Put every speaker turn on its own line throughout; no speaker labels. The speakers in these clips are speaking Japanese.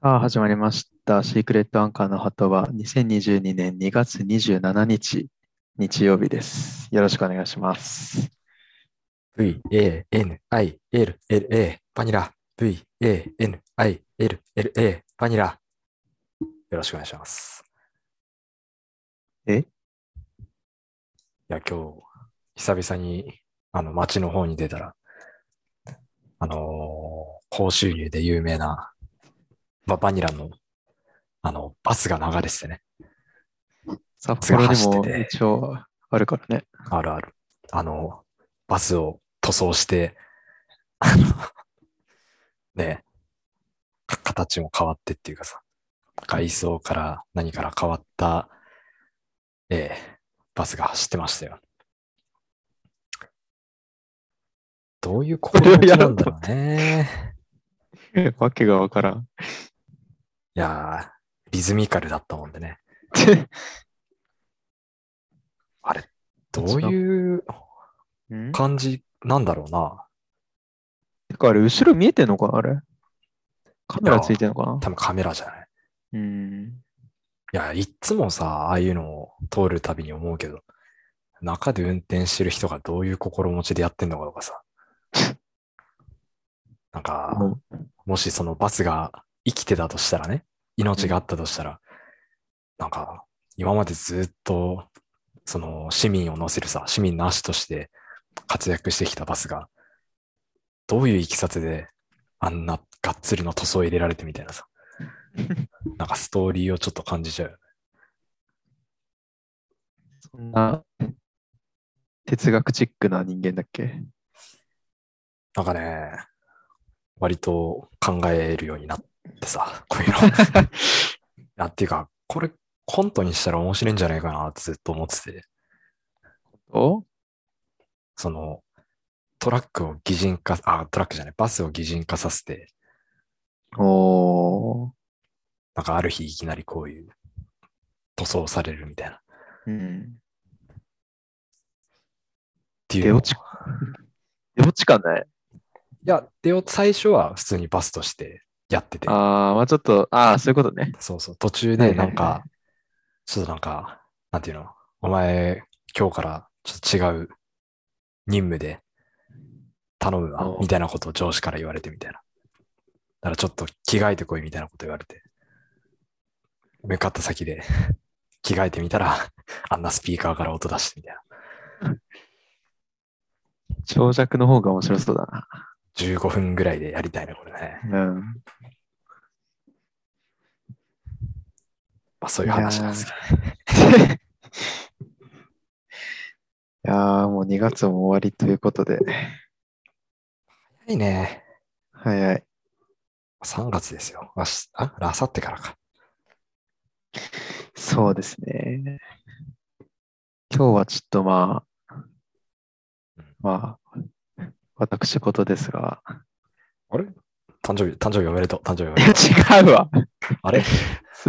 さあ、始まりました。シークレットアンカーの鳩は2022年2月27日、日曜日です。よろしくお願いします。
V, A, N, I, L, L, A, バニラ。V, A, N, I, L, L, A, バニラ。よろしくお願いします。
え
いや、今日、久々に、あの、街の方に出たら、あのー高収入で有名な、まあ、バニラの、あの、バスが流れててね、
札幌に
走っ
も
てて
一応あるからね。
あるある。あの、バスを塗装して、あの、ねえ、か形も変わってっていうかさ、外装から何から変わった、ええ、バスが走ってましたよ。どういう構
それをやろ
造な
うんと
だ
思
ろうね。
わけがわからん。
いやー、リズミカルだったもんでね。あれ、どういう
うん
感じなんだろうな。
てか、あれ、後ろ見えてんのかあれ。カメラついてんのかな
多分カメラじゃない。
うん。
いや、いっつもさ、ああいうのを通るたびに思うけど、中で運転してる人がどういう心持ちでやってんのかとかさ。なんか、
も
もしそのバスが生きてたとしたらね、命があったとしたら、なんか、今までずっと、その市民を乗せるさ、市民の足として活躍してきたバスが、どういういきさつであんながっつりの塗装入れられてみたいなさ、なんかストーリーをちょっと感じちゃうよね。
うそんな哲学チックな人間だっけ
なんかね、割と考えるようになってさ、こういう の。あっていうか、これコントにしたら面白いんじゃないかなってずっと思ってて。
お
その、トラックを擬人化、あ、トラックじゃない、バスを擬人化させて、
おー
なんかある日いきなりこういう塗装されるみたいな。っ
うん。
ていうのを。
出落ちでもちかない。
いや、でを最初は普通にバスとしてやってて。
ああ、まあちょっと、ああ、そういうことね。
そうそう、途中で
は
なん
いはいは
か、ちょっとなんか、なんていうの、お前、今日からちょっと違う任務で頼むわ
お、う
みたいなことを上司から言われてみたいな。だからちょっと着替えてこいみたいなこと言われて、向かった先で 着替えてみたら、あんなスピーカーから音出してみたいな。
長尺の方が面白そうだ
15分ぐらいでやりたいね、これね。
な。うん。
まあそういう話なんですけど。
いやー、もう2月も終わりということで、
早いね。
早い。
3月ですよ。あし、あ、あさってからか。
そうですね。今日はちょっとまあ、まあ、私事ですが、
あれ誕生日、誕生日おめでとう。誕生日おめでとう。
違うわ。
あれ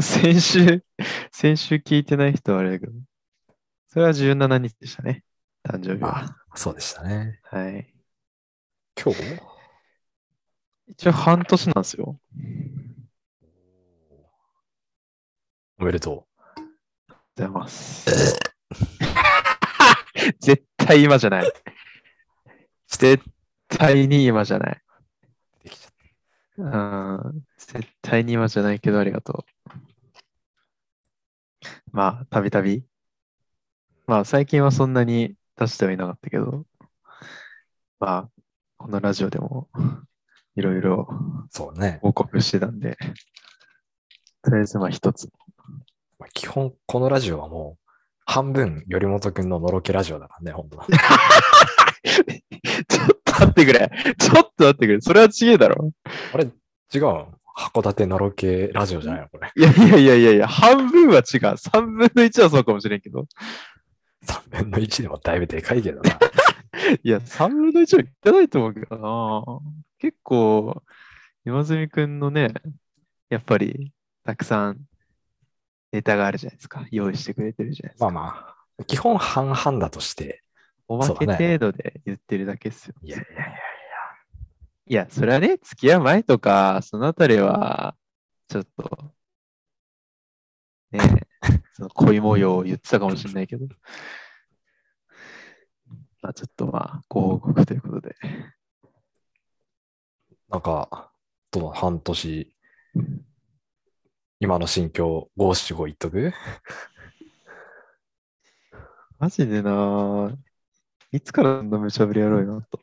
先週、先週聞いてない人はあれだけど、それは17日でしたね。誕生日は。
あ、そうでしたね。
はい。
今日
一応半年なんですよ。
おめでと
ございます。 絶対今じゃない。絶対に今じゃない。
う。できちゃっ
うん。絶対に今じゃないけどありがとう。まあ、たびたび。まあ、最近はそんなに出してはいなかったけど、まあ、このラジオでもいろいろ
たそうね。
報告してたんで、とりあえずまあ一つ。
まあ基本、このラジオはもう、半分、よりもとくんののろけラジオだからね、本当 は。
ちょっと待ってくれ。ちょっと待ってくれ。それは違えだろ。
あれ違う。函館のろけラジオじゃないのこれ。
いやいやいやいやいや、半分は違う。三分の一はそうかもしれんけど。
3分の1でもだいぶでかいけど な。
いや、三分の一はいってないと思うけどな。結構、今住くんのね、やっぱり、たくさんネタがあるじゃないですか。用意してくれてるじゃないですか。
まあまあ、基本半々だとして。
おまけ
そうだね
程度で言ってるだけっすよ。
いやいやいや。
いや、それはね、付き合う前とか、そのあたりは、ちょっと、ねえ、その恋模様を言ってたかもしれないけど、まあちょっとまあ、ご報告ということで、
なんか、どの半年、今の心境、五七五言っとく
マジでなあいつからそんな無茶ぶりやろうよなと。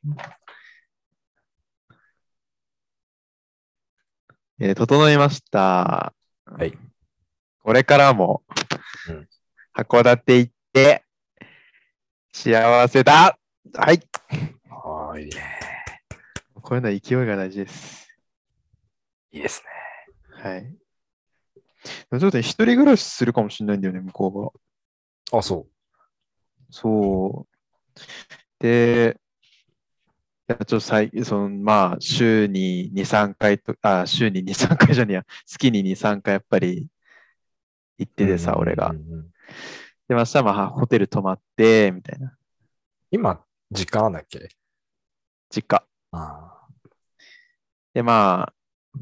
えー整いました。
はい。
これからも
うん、
函館行って、幸せだはい
ああ、いいね。
こういうのは勢いが大事です。
いいですね。
はい。でもちょっとね一人暮らしするかもしれないんだよね、向こうが。
あ、そ
そう。で、いやちょっと最そのまあ、週に2、3回と、あ、週に2、3回じゃねえや、月に2、3回やっぱり行っ
う。
ててさ、俺が
うん。うんうん
で、明日まあ、ホテル泊まって、みたいな。
今、実家なんだっけ
実家。
あ
で、まあ、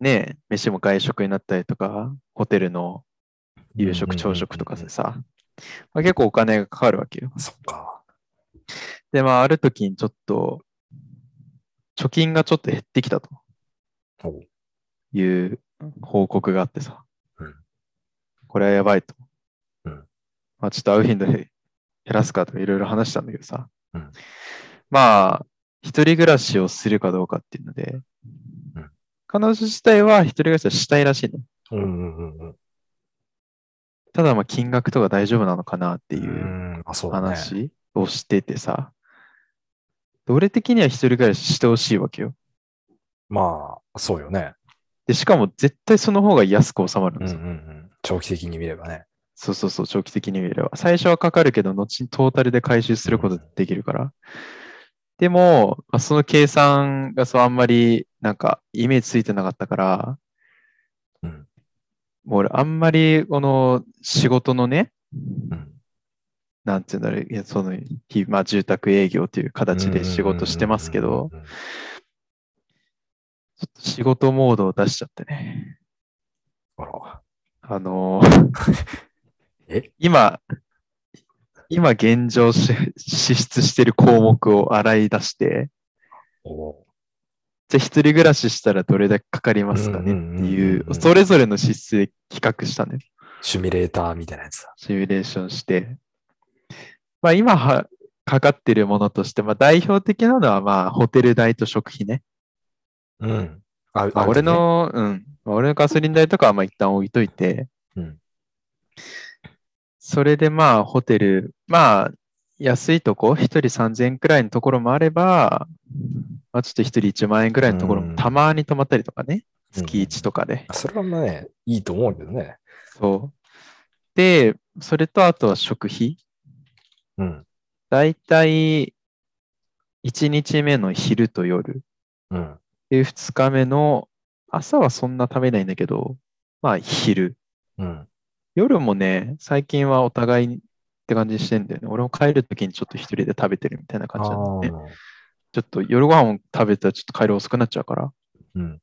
ねえ、飯も外食になったりとか、ホテルの夕食、朝食とかでさ、まあ、結構お金がかかるわけよ。
あ。そっか。
で、まあ、ある時にちょっと、貯金がちょっと減ってきたと
おう
いう報告があってさ、
うん
これはやばいと。
うん
まあ、ちょっと会う頻度減らすかとかいろいろ話したんだけどさ、
うん
まあ、一人暮らしをするかどうかっていうので、
うん
彼女自体は一人暮らしはしたいらしいの。
うんうんうんうん。った
だまあ金額とか大丈夫なのかなって
て
いう。
うん、あ、そうだね。
話をしててさ、で俺的には一人暮らししてほしいわけよ。
まあ、そうよね。
で、しかも絶対その方が安く収まるん
うん
です
うんう
よ。
ん。長期的に見ればね。
そうそうそう、長期的に見れば。最初はかかるけど、後にトータルで回収することできるから。でも、まあ、その計算がそうあんまり、なんか、イメージついてなかったから、
うん
もう俺、あんまり、この、仕事のね、
うん。
なんていうんだろう、いやその、ひまあ、住宅営業という形で仕事してますけど、
うんうんうんうんうん。
ちょっと仕事モードを出しちゃってね。
あら。
あのー
え
今、今現状し 支出してる項目を洗い出して、
おう
じゃあ一人暮らししたらどれだけかかりますかねって
うんうんうん
い
うんう
う、
ん
それぞれの支出で比較したね。
シミュレーターみたいなやつだ。
シミュレーションして。まあ今はかかってるものとして、まあ代表的なのはまあホテル代と食費ね。
うん。あ、
まあ、
る
俺
ね、
の、うん。まあ俺のガソリン代とかはまあ一旦置いといて、
うん
それでまあホテル、まあ安いとこ、一人3000円くらいのところもあれば、まあちょっと一人1万円くらいのところ
うん
もたまに泊まったりとかね、
うん
月1とかで。
それはね、いいと思うけどね。
そう。で、それとあとは食費。
うん。
だいたい1日目の昼と夜。
うん。
で、2日目の朝はそんな食べないんだけど、まあ昼。
うん。
夜もね、最近はお互いにって感じにしてんだよね。俺も帰るときにちょっと一人で食べてるみたいな感じなんだね。
あー
ちょっと夜ご飯を食べたらちょっと帰り遅くなっちゃうから。
うん。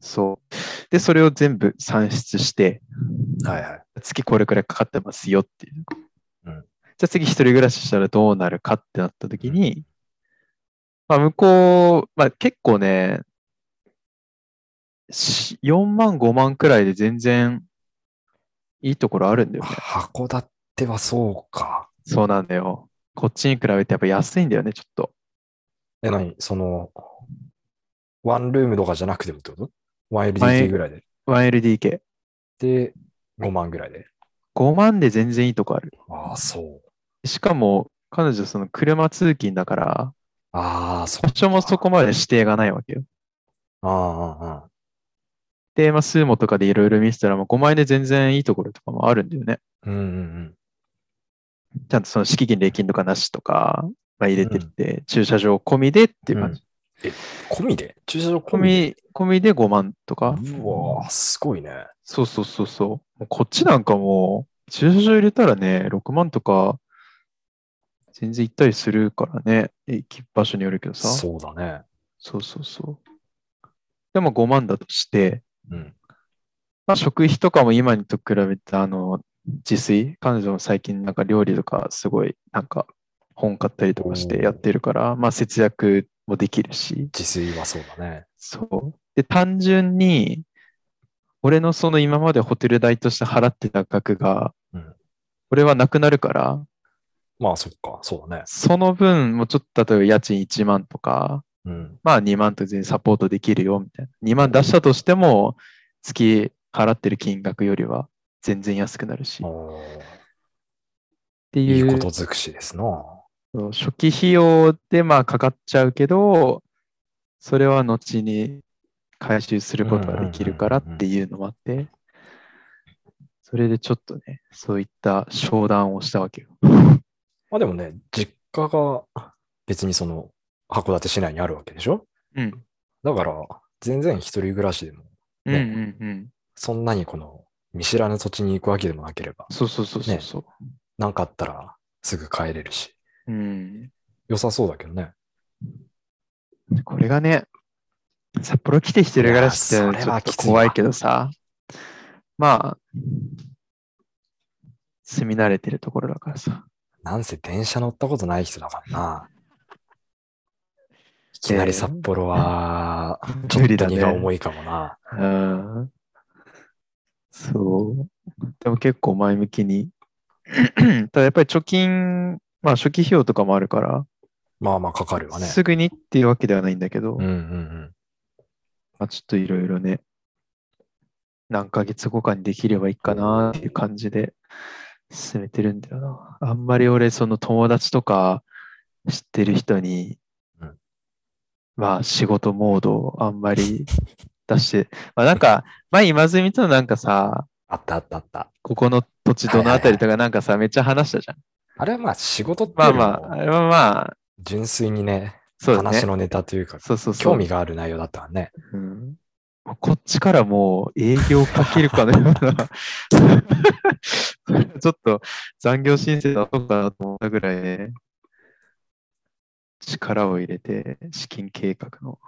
そう。で、それを全部算出して、
はいはい。
月これくらいかかってますよっていう。
うん
じゃあ次一人暮らししたらどうなるかってなったときに、まあ向こう、まあ結構ね、し4万5万くらいで全然いいところあるんだよね。
函館はそうか。
そうなんだよ。こっちに比べてやっぱ安いんだよね、ちょっと。
え、なにその、ワンルームとかじゃなくてもってこと ?1LDK
前
ぐらいで。
1LDK。
で、5万ぐらいで。
5万で全然いいとこある。
ああ、そう。
しかも、彼女その車通勤だから、
ああ、そ
場所もそこまで指定がないわけよ。
ああ、ああ。
で、まあ、スーモとかでいろいろ見せたら、もう5万円で全然いいところとかもあるんだよね。
うんうんうん。
ちゃんとその敷金、礼金とかなしとか、まあ、入れてって、駐車場込みでっていう感じ。
込みで駐車場込
込
みで
み、込みで5万とか。
うわーすごいね。
そうそうそうそう。もうこっちなんかもう、駐車場入れたらね、6万とか、全然行ったりするからね、行き場所によるけどさ。
そうだね。
そうそうそう。でも5万だとして、
うん。
まあ、食費とかも今にと比べて、あの、自炊、彼女も最近なんか料理とかすごいなんか本買ったりとかしてやってるから、まあ節約もできるし、
自炊はそうだね。
そう。で、単純に、俺のその今までホテル代として払ってた額が
うん、
俺はなくなるから、
まあ、そっか、そうだね。
その分、もうちょっと例えば家賃1万とか、
うん。
まあ2万と全然サポートできるよみたいな。2万出したとしても、月払ってる金額よりは全然安くなるし。っ
おー
て
い
い、
いうこと尽くしですな。
そう初期費用でまあかかっちゃうけど、それは後に回収することができるからっていうのもあって、それでちょっとね、そういった商談をしたわけよ。
まあでもね、実家が別にその函館市内にあるわけでしょ
うん。
だから、全然一人暮らしでも、
うんうんうん。
そんなにこの見知らぬ土地に行くわけでもなければ、
そうそうそうそうそう。
なんかあったらすぐ帰れるし、
うん。
良さそうだけどね。
これがね、札幌来て一人暮らしって
い
ち
や
ょ
ーそれは
っ
き
と
ついわ
怖いけどさ、まあ、住み慣れてるところだからさ。
なんせ電車乗ったことない人だからな。いきなり札幌は、ち ょ
無
っ
理
と
だ
荷が
ね。
重いかもな。
うん。そう。でも結構前向きに。 ただやっぱり貯金、まあ初期費用とかもあるから、
まあまあかかるわね。
すぐにっていうわけではないんだけど、
うんうんうん。
まあちょっといろいろね、何ヶ月後かにできればいいかなっていう感じで進めてるんだよな。あんまり俺、その友達とか知ってる人に
うん、
まあ仕事モードをあんまり出して、まあなんか、前今住となんかさ、
あったあったあった。
ここの土地どのあたりとかなんかさ、めっちゃ話したじゃん。
あれはまあ仕事って
まあ
いう
ま
より
あ、あ
も
れはまあ、
純粋にね、
そうだね。
話のネタというか、
そうそうそう。
興味がある内容だったわね。
うんこっちからもう営業かけるかのような、 それはちょっと残業申請だとかなと思ったぐらいね、力を入れて資金計画の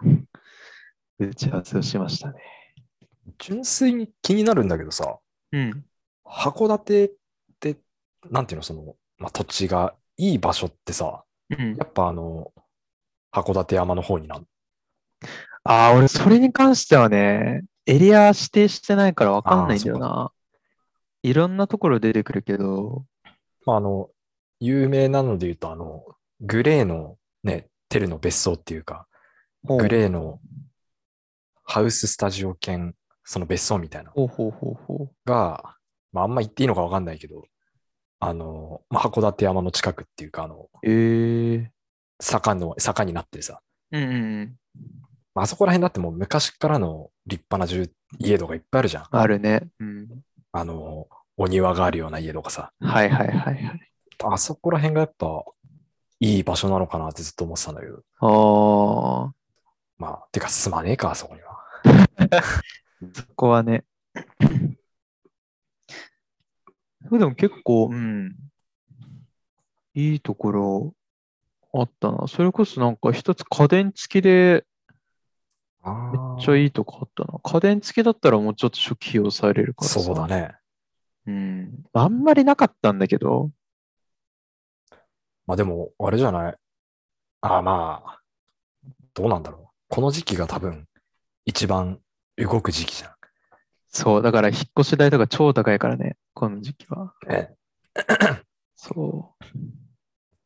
打ち合わせをしましたね。
純粋に気になるんだけどさ、
うん。
函館って、なんていうの、その、まあ、土地がいい場所ってさ、
うん、
やっぱあの、函館山の方になん
ああ、俺それに関してはね、エリア指定してないからわかんないんだよな。いろんなところ出てくるけど、
まあ、あの、有名なので言うと、あの、グレーのね、テルの別荘っていうか、
ほう
グレーのハウススタジオ兼、その別荘みたいなの
ほうほうほうほ
が、まあ、あんま言っていいのかわかんないけど、あの、まあ、函館山の近くっていうか、あの、
う。ええ
坂の、坂になってるさ、
うんうんうん。
まああそこら辺だってもう昔からの立派な住家とかいっぱいあるじゃん。
あるね。うん。
あの、お庭があるような家とかさ。
はいはいはいはい。
あそこら辺がやっぱいい場所なのかなってずっと思ってたんだけど。
ああ、
まあ、てかすまねえか、あそこには。
そこはね。でも結構、うん。いいところあったな。それこそなんか一つ家電付きでめっちゃ
い
いいとこあったな。家電付きだったらもうちょっと初期費用されるからさ。
そうだね。
うん。あんまりなかったんだけど、
まあでも、あれじゃない。ああまあ、どうなんだろう。この時期が多分一番動く時期じゃん。
そう、だから引っ越し代とか超高いからね、この時期は。
ね
そ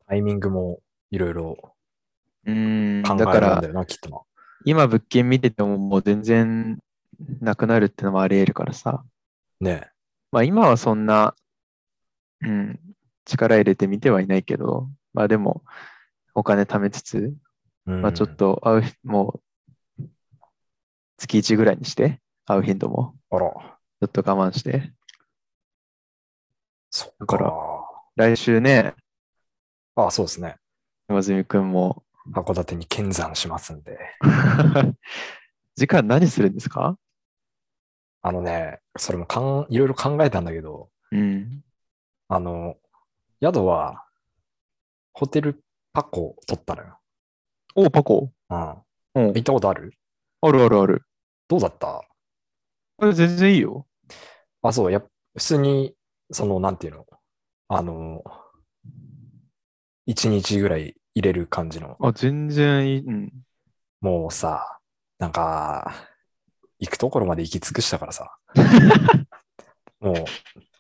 タイミングもいろいろ
う。うん。
考え
だから
れるん
ら
だ、よな、きっとな。
今物件見ててももう全然なくなるってのもあり得るからさ。
ねえ
まあ今はそんな、うん、力入れてみてはいないけど、まあでもお金貯めつつ、
うん
まあちょっと会う、もう月1ぐらいにして、会う頻度も
あら、
ちょっと我慢して、
そっ
だ
か
から来週ね、
ああ、そうですね。
山住くんも、
函館に見山しますんで。
時間何するんですか
あのね、それもかん、いろいろ考えたんだけど、
うん。
あの、宿は、ホテルパコ取ったのよ。
おパコ。
うん。
うん
行っ。たことある
あるあるある。
どうだった
これ全然いいよ。
あ、そう、やっ、普通に、その、なんていうの、あの、1日ぐらい入れる感じの、
あ、全然いい。うん。
もうさ、なんか、行くところまで行き尽くしたか らさ、もう、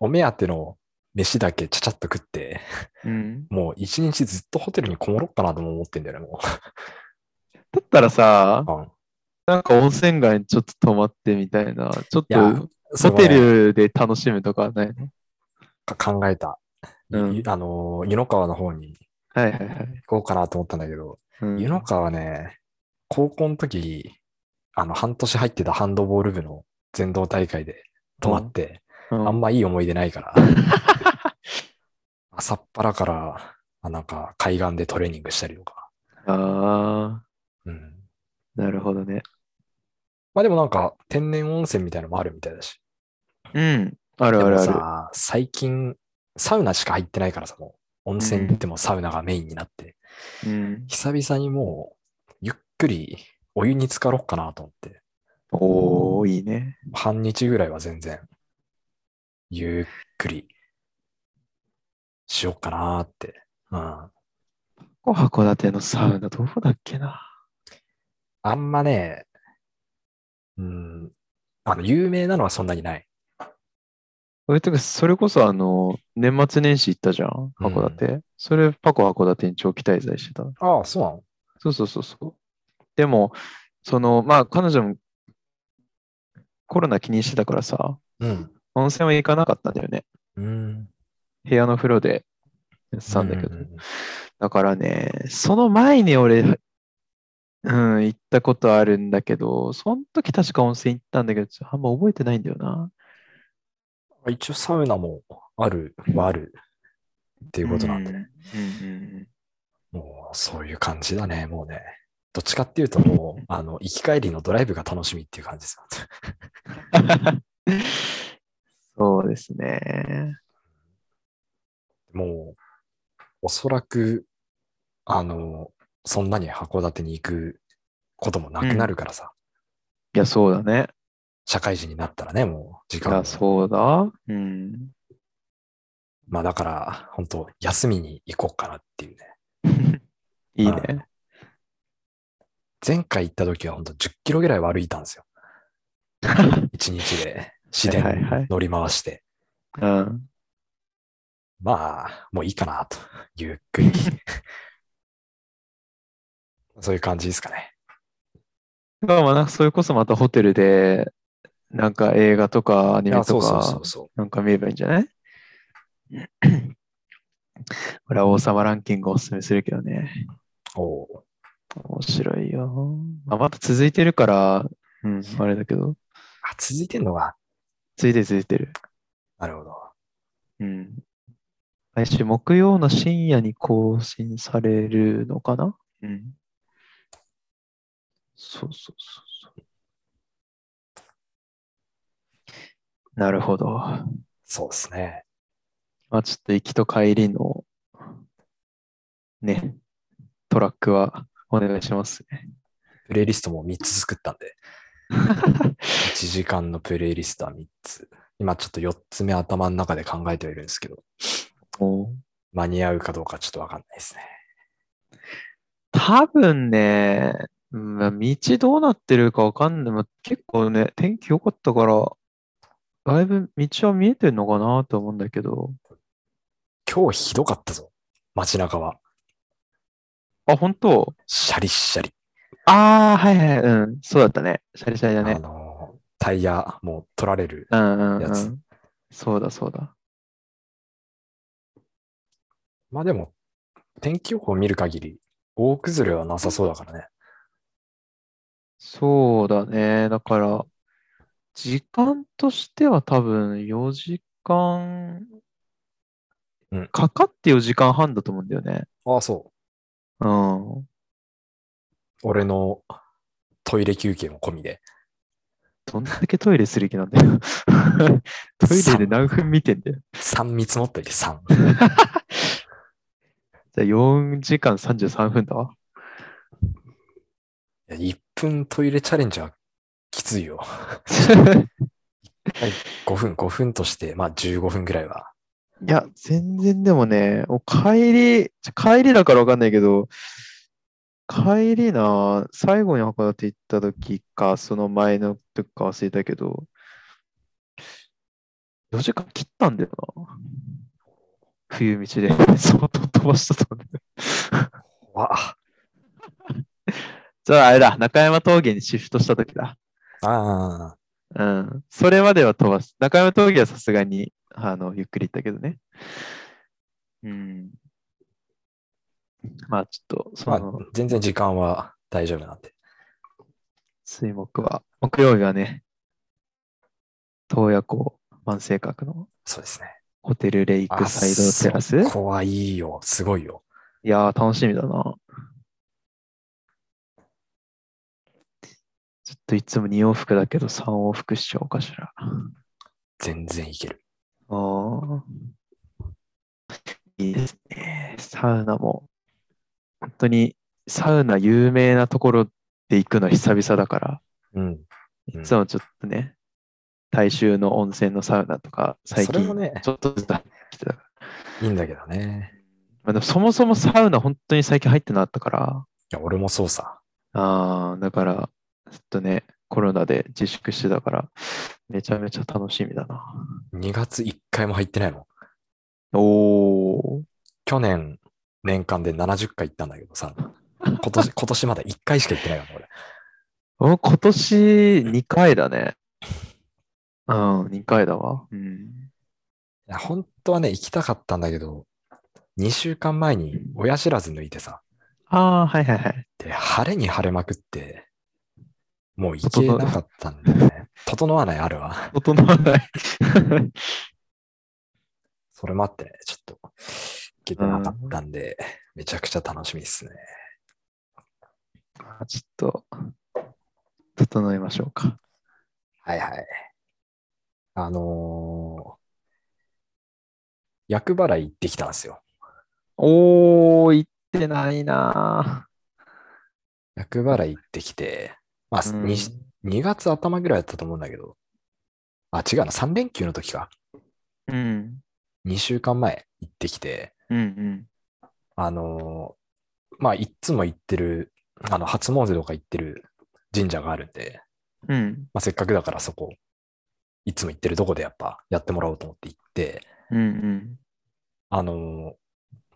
お目当ての飯だけちゃちゃっと食って、
うん、
もう一日ずっとホテルにこもろっかなとも思ってんだよね、も
だったらさ、
う。うん
なんか温泉街にちょっと泊まってみたいな、ちょっ
いや
とホテルで楽しむとかはないの
か考えた。
うん
いあのー、湯の川の方に
はいはいはい。
行こうかなと思ったんだけど、
うん
湯の川ね、高校の時、あの、半年入ってたハンドボール部の全道大会で泊まって、
うん
あんまいい思い出ないから、 朝っぱらから、あなんか海岸でトレーニングしたりとか。
あ
うん。
ー、なるほどね。
まあでもなんか天然温泉みたいなのもあるみたいだし。
うん。ある
で
あ
も
るある。
さ、最近、サウナしか入ってないからさ、もう温泉行ってもサウナがメインになって、
うん、
久々にもう、ゆっくりお湯に浸かろうかなと思って、
おー、いいね。
半日ぐらいは全然、ゆっくりしようかなって。うん。
函館のサウナどこだっけな。
あんまね、うん、あの、有名なのはそんなにない。
俺てか、それこそあの、年末年始行ったじゃん、函館。それ、パコ函館に長期滞在してた。
ああ、そうなの
そうそうそうそう。でも、その、まあ、彼女もコロナ気にしてたからさ、
うん。
温泉は行かなかったんだよね。
うん。
部屋の風呂でやってたんだけど。
ううん
だからね、その前に俺、うん、行ったことあるんだけど、その時確か温泉行ったんだけど、ちょっとあんま覚えてないんだよな。
あ一応サウナもあるはあるっていうことなんで、
うんうんうん
もうそういう感じだね、もうね。どっちかっていうともう、あの、行き帰りのドライブが楽しみっていう感じですよ。
うん。そうですね。
もう、おそらく、あの、そんなに函館に行くこともなくなるからさ、
いや、そうだね。
社会人になったらね、もう時
い
間も
や、そうだ。うん。
まあだから、本当休みに行こうかなっていうね。
いいね。
前回行った時は本当10キロぐらいは歩いたんですよ。1日で自
はいはいは
然
い
乗り回して。
うん。
まあ、もういいかなと。ゆっくり。 そういう感じですかね。
だからまあなんかそれこそまたホテルで、なんか映画とかアニ
い
メ
や、そ
と
うそうそ
か
う、そ
なんか見ればいいんじゃ ない俺は王様ランキングをおすすめするけどね。
う。おう
面白いよ。まあ、また続いてるから、うん、あれだけど、
あ続いてんのが、
ついてる続いてる。
なるほど。
うん。来週木曜の深夜に更新されるのかなうん。そうそうそうそう。なるほど。ま
そうですね。
あちょっと行きと帰りの、ね、トラックはお願いしますね。
プレイリストも3つ作った んで、1時間のプレイリストは3つ。今ちょっと4つ目頭の中で考えてはいるんですけど、
お
間に合うかどうかちょっとわかんないですね。
多分ね、うんまあ道どうなってるかわかんない。まあ結構ね、天気良かったから、だいぶ道は見えてるのかなと思うんだけど。
今日ひどかったぞ。街中は。
あ、本当
シャリッシャリ。
ああ、はいはい、うん。そうだったね。シャリシャリだ
あ
ね。
のー、タイヤもう取られる。
うんうん
や
う
つ
ん。そうだそうだ。
まあでも、天気予報を見る限り、大崩れはなさそうだからね。
そうだね。だから、時間としては多分4時間
うん、
かかって4時間半だと思うんだよね。
ああ、そう。
うん。
俺のトイレ休憩も込みで。
どんだけトイレする気なんだ よ。トイレで何分見てんだよ。
3見積もっといて3。
じゃあ4時間33分だわ。
1分トイレチャレンジはきついよ。 5分、5分として、まあ15分ぐらいは。
いや、全然でもね、お帰り、ちょ帰りだからわかんないけど、帰りな、最後に函館行った時か、その前の時か忘れたけど、4時間切ったんだよな。冬道で相当飛ばしたと思う。
わあ
じゃああれだ、中山峠にシフトした時だ。
あ
うん。それまでは飛ばす。中山峠はさすがに、あの、ゆっくり行ったけどね。うん。まあ、ちょっと、
ー、
そ
まあ
の、、
全然時間は大丈夫なんで。
水木は、木曜日はね、洞爺湖万世閣の
そうですね。
ホテルレイクサイドテラス。
あそこはいいよ。すごいよ。
いやー、楽しみだな。ちょっといつも2往復だけど3往復しちゃおうかしら。
全然いける。
ああ。いいですね。サウナも。本当にサウナ有名なところで行くの久々だから、
うん。
いつもちょっとね、大衆の温泉のサウナとか、最
それ
近
もね、
ちょっとずつ入ってきてたから。
いいんだけどね。
まあ、でもそもそもサウナ本当に最近入ってなかったから、
いや、俺もそうさ。
ああ、だから、ずっとね、コロナで自粛してたから、めちゃめちゃ楽しみだな。
2月1回も入ってないもん。
おー。
去年、年間で70回行ったんだけどさ。今 年、今年まだ1回しか行ってないよ、俺。
お今年2回だね。 うん、2回だわ。うん。
いや、本当はね、行きたかったんだけど、2週間前に親知らず抜いてさ、
ああ、はいはいはい。
で、晴れに晴れまくって、もう行けなかったんだよね。整わないあるわ。
整わない。
それもあってね、ちょっと、行けてなかったんで、めちゃくちゃ楽しみですね。
あちょっと、整えましょうか。
はいはい。あのー、厄払い行ってきたんですよ。
おー、行ってないな
厄払い行ってきて、まあ、
ぁ。うん
に2月頭ぐらいだったと思うんだけど、あ、違うな、3連休の時か。
うん。
2週間前行ってきて、
うんうん。
あのーまあ、いっつも行ってる、あの、初詣とか行ってる神社があるんで、
うん。
まあ、せっかくだからそこ、いっつも行ってるとこでやっぱやってもらおうと思って行って、
うんうん。
あのー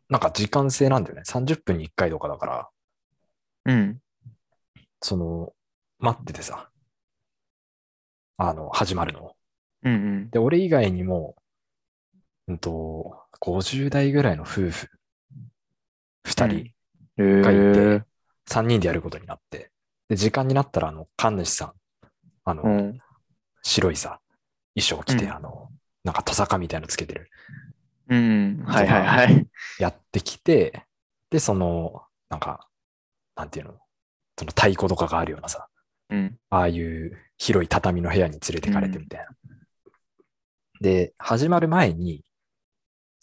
なんか時間制なんだよね。30分に1回とかだから、
うん。
その、待っててさ、あの、始まるの。
うんうん。
で、俺以外にも、うんと、50代ぐらいの夫婦、2
え
人、がいて
ー。
3人でやることになって、で、時間になったら、あの、神主さん、あの、
うん。
白いさ、衣装着て、
うん
あの、なんかトサカみたいのつけてる、
うん。はいはいはい。
やってきて、で、その、なんか、なんていうの、その太鼓とかがあるようなさ、
うん。
ああいう広い畳の部屋に連れてかれてみたいな。で、始まる前に、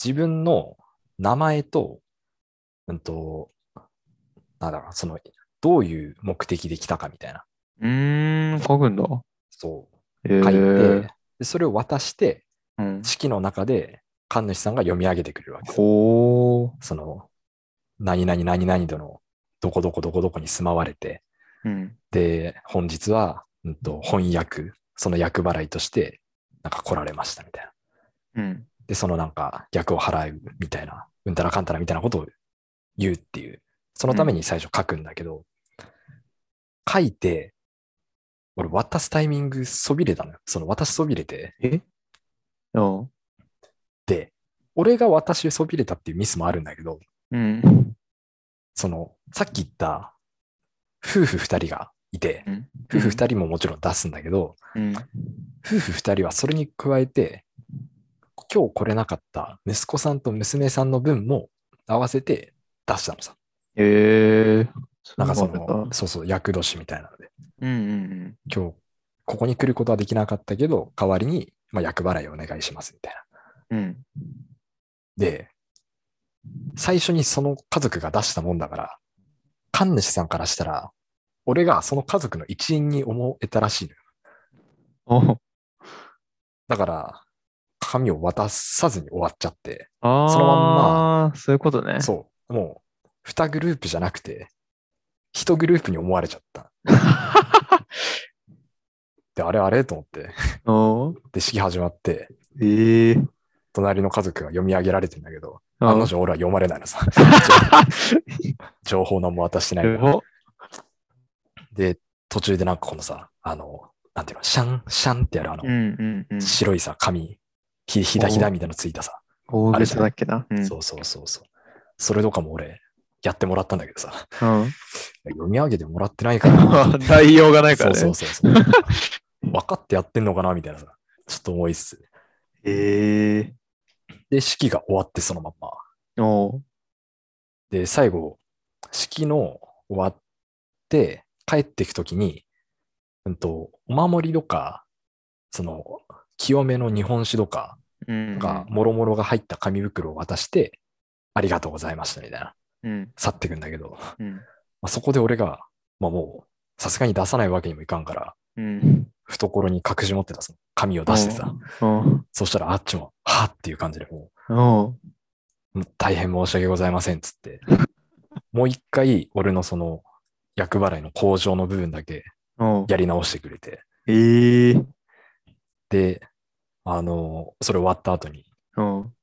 自分の名前と、うんと、なんだろう、その、どういう目的で来たかみたいな、
うーん、書くんだ。
そ
え
う、書いて、
ー。
でそれを渡して、
うん、
式の中で神主さんが読み上げてくれるわけです。
おー。
その、何々何々との、どこどこどこどこに住まわれて、
うん。
で、本日は、うんと、翻訳、その役払いとして、なんか来られましたみたいな。
うん。
で、そのなんか、役を払うみたいな、うんたらかんたらみたいなことを言うっていう、そのために最初書くんだけど、書いて、俺渡すタイミングそびれたのよ。その渡しそびれて、
えうん。
で、俺が渡しそびれたっていうミスもあるんだけど、
うん。
その、さっき言った、夫婦二人がいて、夫
夫
婦
婦二人。
二人ももちろん出すんだけど、
うん。
夫婦2人はそれに加えて、今日来れなかった息子さんと娘さんの分も合わせて出したのさ。
えー。
なんかそ
うんだ
の、そうそう、厄年みたいなので、
うんうん
今日ここに来ることはできなかったけど、代わりに、まあ、厄払いをお願いしますみたいな。
うん。うん。
で、最初にその家族が出したもんだから、神主さんからしたら、俺がその家族の一員に思えたらしいのよ。
お
だから、紙を渡さずに終わっちゃって、
ああ、
そのま
そういうことね。
そう、もう、二グループじゃなくて、一グループに思われち ゃった。で、あれあれと思って、
おー
で、式始まって、
ええ
隣の家族が読み上げられてんだけど、
あ
案の
の
定俺は読まれない のさ。情報何も渡してないから
お
で、途中でなんかこのさ、あの、なんていうの、シャン、シャンってやるあの、
うんうんうん。
白いさ、紙、ひひだひだみたいなのついたさ、
大
あれ
げ
じ
さ
ゃな
だ
い
っけな。うん。
そうそうそうそう。それとかも俺、やってもらったんだけどさ、
うん
読み上げてもらってないから な。
内容がないからね。
そうそうそう そう。分かってやってんのかなみたいなさ、ちょっと思いつつ。
ええ
で、式が終わってそのまんま。
お
で、最後、式の終わって帰っていくときに、うんと、お守りとか、その、清めの日本酒とか、
ううん。
が、もろもろが入った紙袋を渡して、ありがとうございましたみたいな、
うん。
去ってくんだけど、ま
うん。
あ、そこで俺が、まあもう、さすがに出さないわけにもいかんから、
うん。
懐に隠し持ってたその紙を出してさ、
おう
そしたらあっちも、はっっていう感じでも
おう
う、もう大変申し訳ございませんっつって、もう一回、俺のその、役払いの向上の部分だけ
おう
やり直してくれて、
ええ
で、あの、それ終わった後に、
おう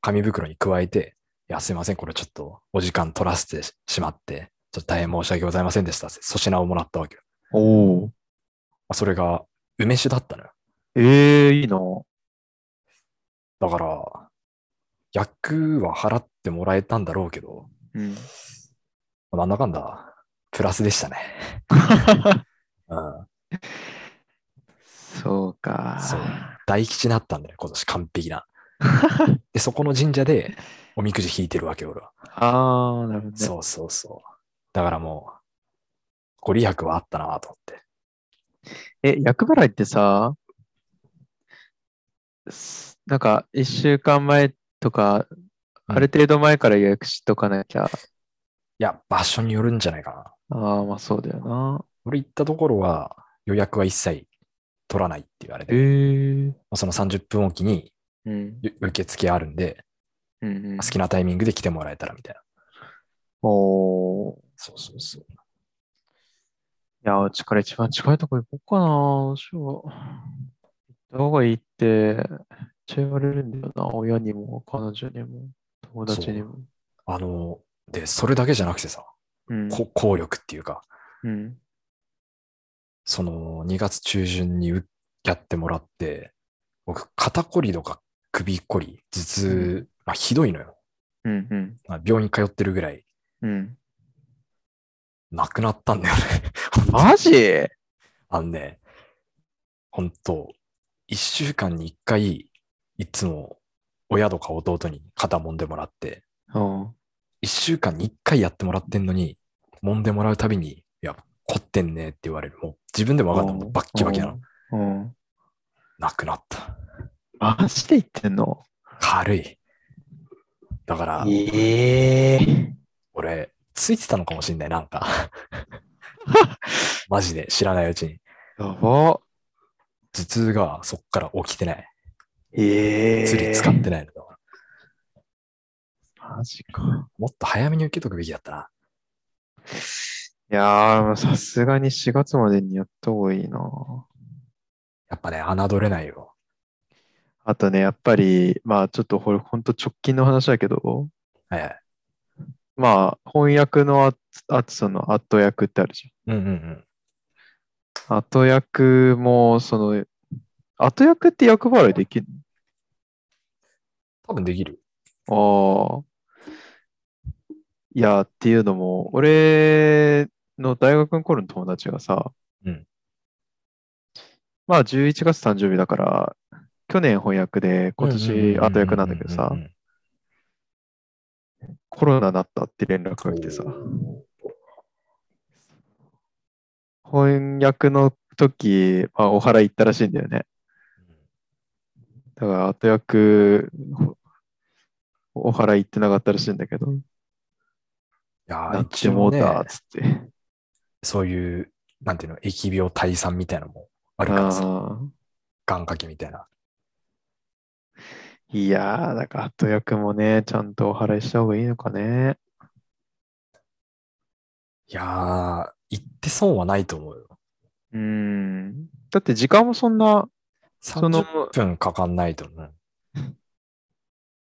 紙袋に加えて、いや、すいません、これちょっとお時間取らせてしまって、ちょっと大変申し訳ございませんでしたって、粗品をもらったわけよ。
おう
まあそれが梅酒だったのよ。
ええいいな。
だから、役は払ってもらえたんだろうけど、
うん。
まあなんだかんだ、プラス でしたね。うん、
そうか。
そう大吉になったんだよ、今年完璧な。で、そこの神社でおみくじ引いてるわけよ、俺は。
ああ、なるほどね。
そうそうそう。だからもう、ご利益はあったなと思って。
え、厄払いってさ、すなんか一週間前とか、
うん
ある程度前から予約しとかなきゃ、
いや、場所によるんじゃないかな。
ああ、まあそうだよな。
俺行ったところは予約は一切取らないって言われ
ええ
て、その30分おきに
うん。
ゆ受付あるんで、
うんうん
好。きなタイミングで来てもらえたらみたいな。
おーい
そうそうそう。
や、うちから一番近いとこ行こうかな。どうしよう。行った方がいいって、めっちゃ言われるんだよな。親にも、彼女にも、友達にも。
あの、で、それだけじゃなくてさ、
うん。
こ効力っていうか、
うん。
その2月中旬にうやってもらって、僕、肩こりとか首こり、頭痛、まあ、ひどいのよ。
うん。うん。
まあ、病院通ってるぐらい、
うん。
なくなったんだよね。
マジ
あのね、本当一週間に一回、いつも親とか弟に肩揉んでもらって、
うん。
一週間に一回やってもらってんのに、揉んでもらうたびに、いや、凝ってんねって言われる。もう自分でも分かんない。バッキバキなの。
うん。うん。
なくなった。
マジで言ってんの
軽い。だから、
ええ
俺、ついてたのかもしんない、な んか。マジで知らないうちに。
やば。
頭痛がそっから起きてない。
ええ
釣り使ってないのだから。
マジか。
もっと早めに受けとくべきだったな。
いやー、さすがに4月までにやった方がいいな。
やっぱね、侮れないよ。
あとね、やっぱり、まあちょっとこれほんと直近の話だけど、
はいはい。
まあ翻訳のああとその後役ってあるじ
うんうんうん。
ゃん。後役も、その、後役って役払いできる
多分できる。
ああ。いや、っていうのも、俺の大学の頃の友達がさ、
うん
まあ11月誕生日だから、去年翻訳で、今年後役なんだけどさ
う、ん
コロナになったって連絡
う
が
んうん
来
うん。
てさ、翻訳の時、まあ、お祓い行ったらしいんだよね。だから後役、おお祓い行ってなかったらしいんだけど、
いや
な
ー、
っ
一
ても
応
う
ね、
たっつって。
そういう、なんていうの、疫病退散みたいなのもあるからさ、
ああ。
願掛けみたいな。
いやー、だから、後役もね、ちゃんとお払いした方がいいのかね。
いやー、言って損はないと思うよ。
うん。だって時間もそんな、その
30分かかんないと思う。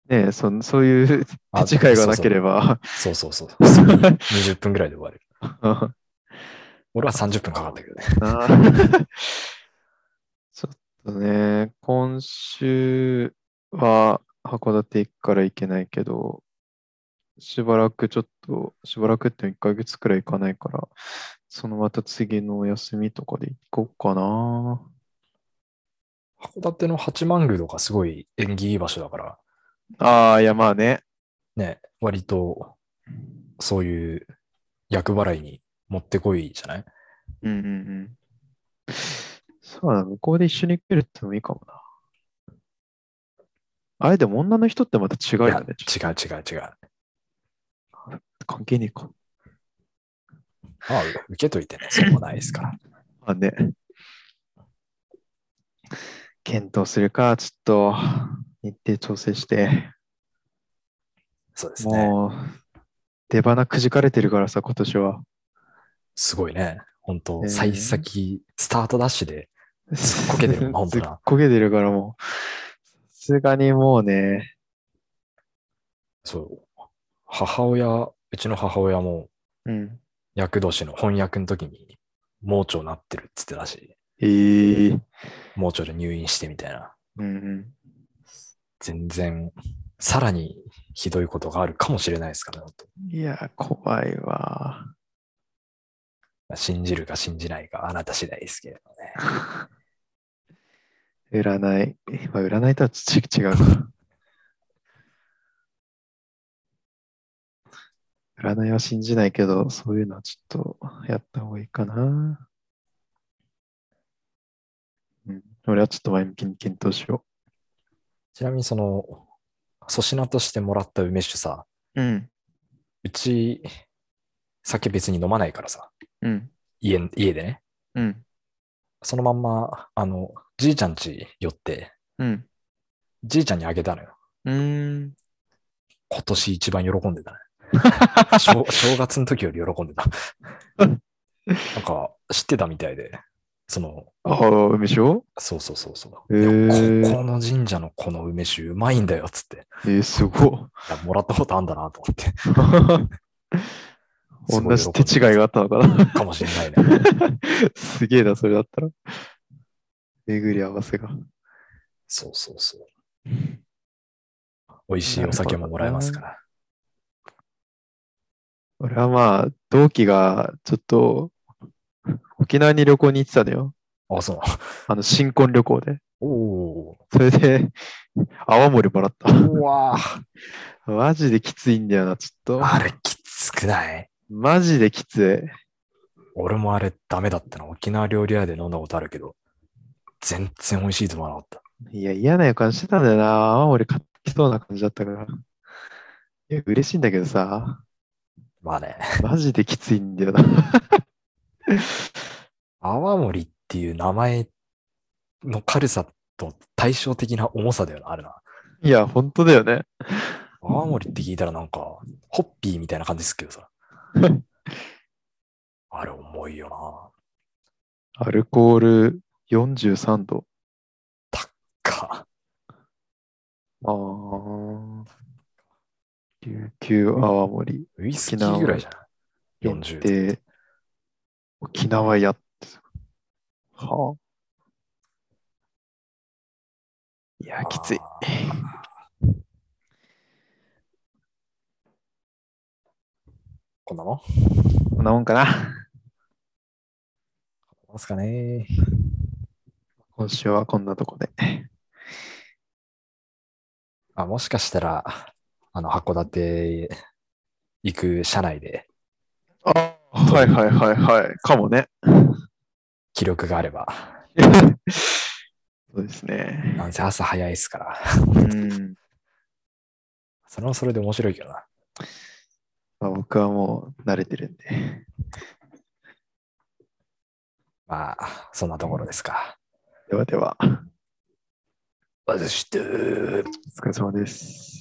ね、そんそういう
あ
手違いがなければ。
そうそ うそうそうそう。20分ぐらいで終わる。
あ
俺は30分かかったけどね。
ー ちょっとね、今週は函館行くから行けないけど、しばらくちょっと、しばらくって1ヶ月くらい行かないから、そのまた次のお休みとかで行こうかな。
函館の八幡宮とかすごい縁起いい場所だから、
ああ、いや、まあね。
ね、割とそういう役払いに持ってこいじゃない
うんうんうん。そうだな、向こうで一緒に行けるってのもいいかもな。あれでも女の人ってまた違う
い
よ
や
ね。ちょっ
違う違う違う。ま
と関係ねえか。
あ、受けといてね、そこはないですから。
まあね。検討するか、ちょっと日程調整して。
そうですね。
もう、出花くじかれてるからさ、今年は。
すごいね。本当、
ね
幸先、スタートダッシュで、すっこけて るもん
ずっ
本当な
こけてるからもう、さすがにもうね、
そう、母親、うちの母親も、
うん。
役年の翻訳の時に、盲腸なってるっつってたし、
ええ
盲腸で入院してみたいな。
うんうん。
全然、さらにひどいことがあるかもしれないですから、本当
いや、怖いわ。
信じるか信じないか、あなた次第ですけれどね。
占い。まあ、占いとはち違うか。 占いは信じないけど、そういうのはちょっとやった方がいいかな。うん、俺はちょっと前向きに検討しよ
ちなみに、その、粗品としてもらった梅酒さ、
う。うん。
うち、酒別に飲まないからさ、
うん。
家、家でね。
うん。
そのまんま、あの、じいちゃん家寄って、
うん。
じいちゃんにあげたのよ。
うーん。
今年一番喜んでたね。正正月の時より喜んでた。なんか、知ってたみたいで、その、
ああ、梅酒を
そうそうそうそう。
へー
いやここの神社のこの梅酒うまいんだよ、つって。
えー、す ご
いやもらったことあんだなと思って。
い。
すご
同
い
じ手
喜ん
違いがあったのかな。
でたかもしれない ね。
すげえな、それだったら。巡り合わせが。
そうそうそう。美味しいお酒ももらえますから。
俺はまあ、同期がちょっと、沖縄に旅行に行ってたのよ。
あ、そう。
あの、新婚旅行で。
お
それで、 泡盛もらった。
ー。うわー
マジできついんだよな、ちょっと。
あれ、きつくない
マジできつ
俺もあれダメだったな。沖縄料理屋で飲んだことあるけど、全然美味しいと思わなかった。
い。いや、嫌な予感してたんだよな。泡盛買ってきそうな感じだったから。いや、嬉しいんだけどさ。
まあね、
マジできついんだよな。
泡盛っていう名前の軽さと対照的な重さだよな、あれな。
いや、本当だよね。
泡盛って聞いたらなんか、ホッピーみたいな感じですけどさ。あれ重いよな。
アルコール43度。
か。
ああ。琉球泡盛。
ウイスキーぐらいじゃない
限
?40 度。
定、沖縄やってた。はあ。いや、きつい。
あこんなもん
こんなもんかな。
ますかね。
今週はこんなとこで。
まあ、もしかしたら、あの、函館行く車内で
あはいはいはいはい。かもね。
気力があれば、
そうですね。
なんせ朝早いですから、
うん。
それはそれで面白いけどな。
まあ、僕はもう慣れてるんで。
まあ、そんなところですか。
ではでは。
私って、
お疲れ様です。